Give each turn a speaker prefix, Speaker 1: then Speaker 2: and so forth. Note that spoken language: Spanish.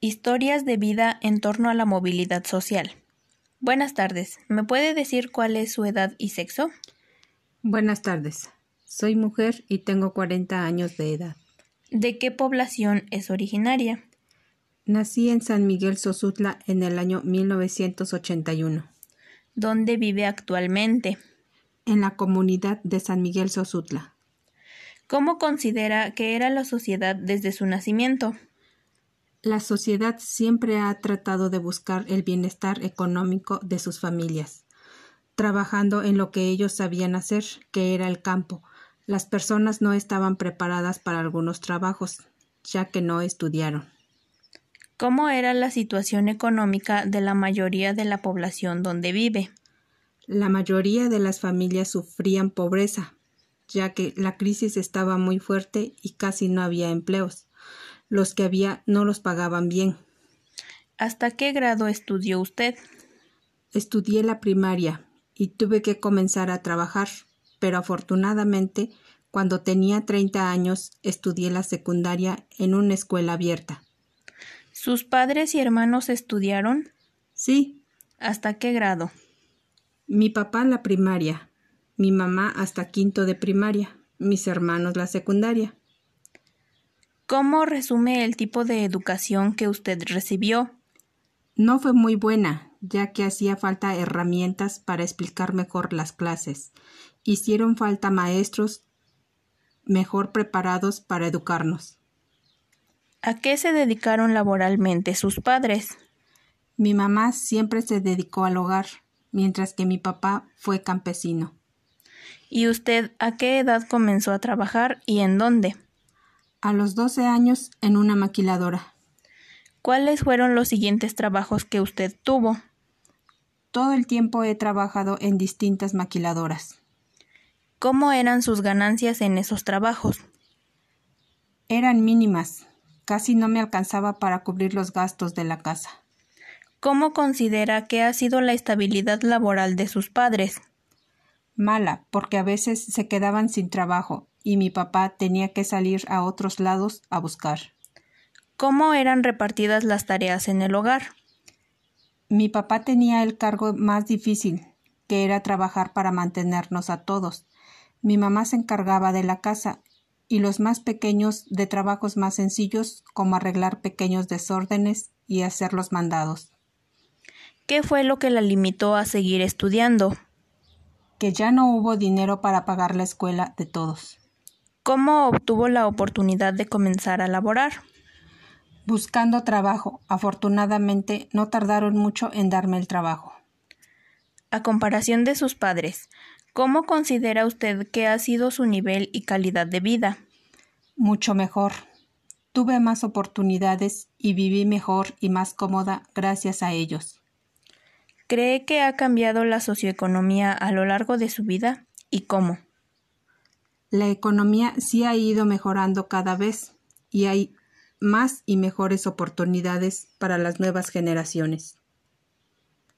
Speaker 1: Historias de vida en torno a la movilidad social. Buenas tardes. ¿Me puede decir cuál es su edad y sexo?
Speaker 2: Buenas tardes. Soy mujer y tengo 40 años de edad.
Speaker 1: ¿De qué población es originaria?
Speaker 2: Nací en San Miguel Sosutla en el año 1981,
Speaker 1: ¿Dónde vive actualmente?
Speaker 2: en la comunidad de San Miguel Sosutla.
Speaker 1: ¿Cómo considera que era la sociedad desde su nacimiento?
Speaker 2: La sociedad siempre ha tratado de buscar el bienestar económico de sus familias, trabajando en lo que ellos sabían hacer, que era el campo. Las personas no estaban preparadas para algunos trabajos, ya que no estudiaron.
Speaker 1: ¿Cómo era la situación económica de la mayoría de la población donde vive?
Speaker 2: La mayoría de las familias sufrían pobreza, ya que la crisis estaba muy fuerte y casi no había empleos. Los que había no los pagaban bien.
Speaker 1: ¿Hasta qué grado estudió usted?
Speaker 2: Estudié la primaria y tuve que comenzar a trabajar, pero afortunadamente, cuando tenía 30 años, estudié la secundaria en una escuela abierta.
Speaker 1: ¿Sus padres y hermanos estudiaron?
Speaker 2: Sí,
Speaker 1: ¿Hasta qué grado?
Speaker 2: mi papá la primaria, mi mamá hasta quinto de primaria, mis hermanos la secundaria.
Speaker 1: ¿Cómo resume el tipo de educación que usted recibió?
Speaker 2: No fue muy buena, ya que hacía falta herramientas para explicar mejor las clases. Hicieron falta maestros mejor preparados para educarnos.
Speaker 1: ¿A qué se dedicaron laboralmente sus padres?
Speaker 2: Mi mamá siempre se dedicó al hogar, mientras que mi papá fue campesino.
Speaker 1: ¿Y usted a qué edad comenzó a trabajar y en dónde?
Speaker 2: A los 12 años en una maquiladora.
Speaker 1: ¿Cuáles fueron los siguientes trabajos que usted tuvo?
Speaker 2: Todo el tiempo he trabajado en distintas maquiladoras.
Speaker 1: ¿Cómo eran sus ganancias en esos trabajos?
Speaker 2: Eran mínimas, casi no me alcanzaba para cubrir los gastos de la casa.
Speaker 1: ¿Cómo considera que ha sido la estabilidad laboral de sus padres?
Speaker 2: mala, porque a veces se quedaban sin trabajo y mi papá tenía que salir a otros lados a buscar.
Speaker 1: ¿Cómo eran repartidas las tareas en el hogar?
Speaker 2: Mi papá tenía el cargo más difícil, que era trabajar para mantenernos a todos. Mi mamá se encargaba de la casa y los más pequeños de trabajos más sencillos, como arreglar pequeños desórdenes y hacer los mandados,
Speaker 1: ¿Qué fue lo que la limitó a seguir estudiando?
Speaker 2: que ya no hubo dinero para pagar la escuela de todos.
Speaker 1: ¿Cómo obtuvo la oportunidad de comenzar a laborar?
Speaker 2: Buscando trabajo, afortunadamente no tardaron mucho en darme el trabajo.
Speaker 1: A comparación de sus padres, ¿cómo considera usted que ha sido su nivel y calidad de vida?
Speaker 2: Mucho mejor. Tuve más oportunidades y viví mejor y más cómoda gracias a ellos.
Speaker 1: ¿Cree que ha cambiado la socioeconomía a lo largo de su vida y cómo?
Speaker 2: La economía sí ha ido mejorando cada vez y hay más y mejores oportunidades para las nuevas generaciones.